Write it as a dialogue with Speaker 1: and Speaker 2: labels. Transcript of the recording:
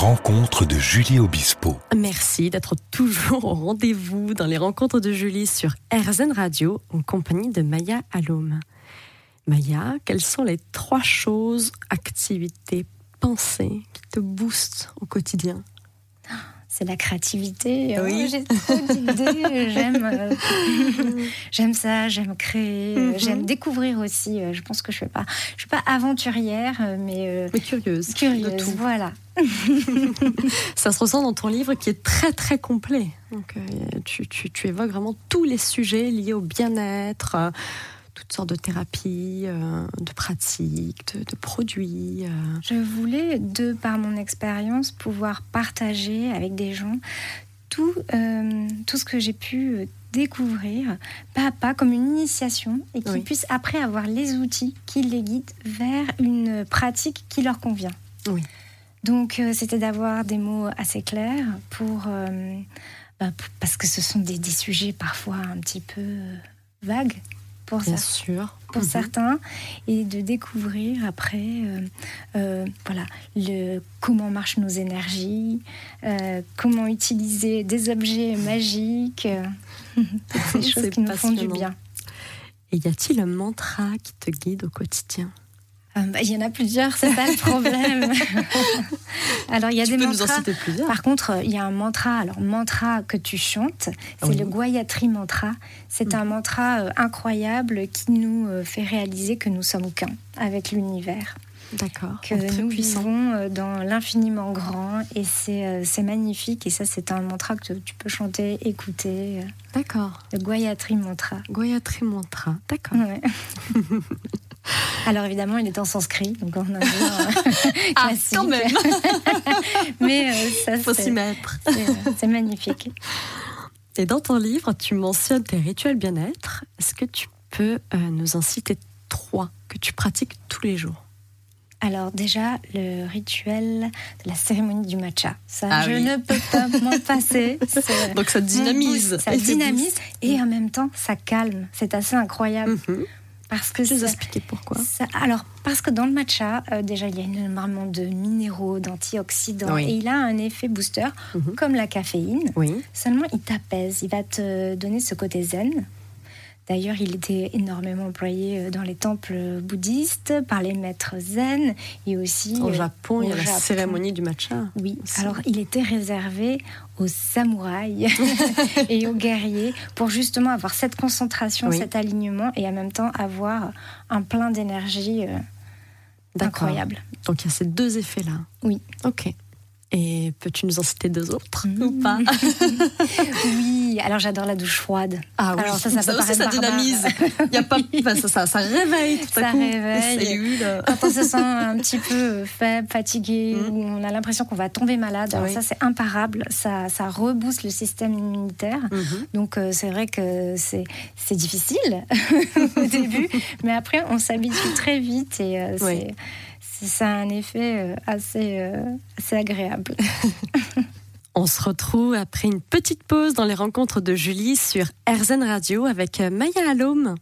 Speaker 1: rencontres de Julie Obispo.
Speaker 2: Merci d'être toujours au rendez-vous dans les rencontres de Julie sur RZN Radio en compagnie de Maya Allôme. Maya, quelles sont les trois choses, activités, pensées qui te boostent au quotidien
Speaker 3: c'est la créativité.
Speaker 2: Oui.
Speaker 3: Oh, j'ai trop d'idées. j'aime, euh, j'aime ça. J'aime créer. euh,
Speaker 2: Mhm.
Speaker 3: J'aime découvrir aussi. Euh, Je pense que je suis pas, je suis pas aventurière, euh, mais euh,
Speaker 2: Mais curieuse,
Speaker 3: curieuse.
Speaker 2: de tout.
Speaker 3: Voilà.
Speaker 2: Ça se ressent dans ton livre qui est très très complet. Donc, euh, tu, tu- tu évoques vraiment tous les sujets liés au bien-être, euh, toutes sortes de thérapies, euh, de pratiques, de, de produits. euh.
Speaker 3: Je voulais, de par mon expérience, pouvoir partager avec des gens tout, euh, tout ce que j'ai pu euh, découvrir, pas à pas, comme une initiation, et qu'ils
Speaker 2: Oui.
Speaker 3: puissent après avoir les outils qui les guident vers une pratique qui leur convient.
Speaker 2: Oui.
Speaker 3: Donc, euh, c'était d'avoir des mots assez clairs pour, euh, bah, pour- parce que ce sont des, des sujets parfois un petit peu euh, vagues pour
Speaker 2: Bien
Speaker 3: certains
Speaker 2: sûr.
Speaker 3: pour
Speaker 2: Mhm.
Speaker 3: certains et de découvrir après euh, euh, voilà le comment marchent nos énergies euh, comment utiliser des objets magiques euh, toutes ces choses
Speaker 2: C'est
Speaker 3: qui nous font du
Speaker 2: passionnant.
Speaker 3: bien
Speaker 2: Et y a-t-il un mantra qui te guide au quotidien
Speaker 3: Ah bah, il y en a plusieurs c'est pas le problème alors il y a des mantras
Speaker 2: plusieurs.
Speaker 3: par contre, euh, il y a un mantra, alors mantra que tu chantes, c'est
Speaker 2: Ah Oui. Mm.
Speaker 3: le Guayatri mantra. C'est un mantra euh, incroyable qui nous euh, fait réaliser que nous sommes qu'un avec l'univers.
Speaker 2: D'accord.
Speaker 3: que
Speaker 2: très
Speaker 3: nous
Speaker 2: puissant.
Speaker 3: vivons euh, dans l'infiniment grand et c'est euh, c'est magnifique et ça c'est un mantra que tu peux chanter, écouter, euh,
Speaker 2: D'accord.
Speaker 3: le Guayatri mantra.
Speaker 2: Gayatri mantra. D'accord.
Speaker 3: Ouais. Alors évidemment il est en sanskrit donc on a
Speaker 2: Ah,
Speaker 3: classique. mais euh, ça
Speaker 2: Faut s'y
Speaker 3: c'est
Speaker 2: mettre.
Speaker 3: c'est, euh, c'est magnifique.
Speaker 2: Et dans ton livre, tu mentionnes tes rituels bien-être. Est-ce que tu peux euh, nous en citer trois que tu pratiques tous les jours
Speaker 3: Alors déjà, le rituel de la cérémonie du matcha. Ça,
Speaker 2: Ah
Speaker 3: je
Speaker 2: oui.
Speaker 3: ne peux pas m'en passer. C'est
Speaker 2: Donc ça
Speaker 3: mon
Speaker 2: dynamise.
Speaker 3: boost. Ça dynamise et en même temps, ça calme. C'est assez incroyable.
Speaker 2: Mhm.
Speaker 3: Parce que
Speaker 2: Je vais vous
Speaker 3: ça-
Speaker 2: expliquer pourquoi.
Speaker 3: ça- alors, parce que dans le matcha, euh, déjà, il y a énormément de minéraux, d'antioxydants,
Speaker 2: Oui.
Speaker 3: et il a un effet booster,
Speaker 2: Mhm.
Speaker 3: comme la caféine.
Speaker 2: Oui.
Speaker 3: Seulement, il t'apaise, il va te donner ce côté zen. D'ailleurs, il était énormément employé euh, dans les temples bouddhistes par les maîtres zen et aussi
Speaker 2: Au
Speaker 3: euh,
Speaker 2: Japon, il y a
Speaker 3: au
Speaker 2: la
Speaker 3: Japon.
Speaker 2: cérémonie du matcha.
Speaker 3: Oui,
Speaker 2: Aussi.
Speaker 3: alors il était réservé aux samouraïs et aux guerriers pour justement avoir cette concentration,
Speaker 2: Oui.
Speaker 3: cet alignement et en même temps avoir un plein d'énergie euh,
Speaker 2: D'accord.
Speaker 3: incroyable.
Speaker 2: Donc il y a ces deux effets-là.
Speaker 3: Oui.
Speaker 2: Ok. Et peux-tu nous en citer deux autres
Speaker 3: Mmh.
Speaker 2: ou pas
Speaker 3: Oui, alors j'adore la douche froide.
Speaker 2: Ah oui,
Speaker 3: Alors ça, ça peut
Speaker 2: aussi, ça
Speaker 3: paraître barbare.
Speaker 2: dynamise. Y a pas, enfin, ça, ça, ça réveille tout à
Speaker 3: Ça
Speaker 2: coup.
Speaker 3: réveille.
Speaker 2: Les cellules.
Speaker 3: Quand on se sent un petit peu euh, faible, fatigué,
Speaker 2: Mm.
Speaker 3: ou on a l'impression qu'on va tomber malade, alors
Speaker 2: Oui.
Speaker 3: ça c'est imparable, ça, ça rebooste le système immunitaire. Donc euh, c'est vrai que c'est c'est difficile au début, mais après on s'habitue très vite et euh, c'est-
Speaker 2: Oui.
Speaker 3: c'est- ça a un effet euh, assez, euh, assez agréable.
Speaker 2: On se retrouve après une petite pause dans les rencontres de Julie sur RZN Radio avec euh, Maya Allôme.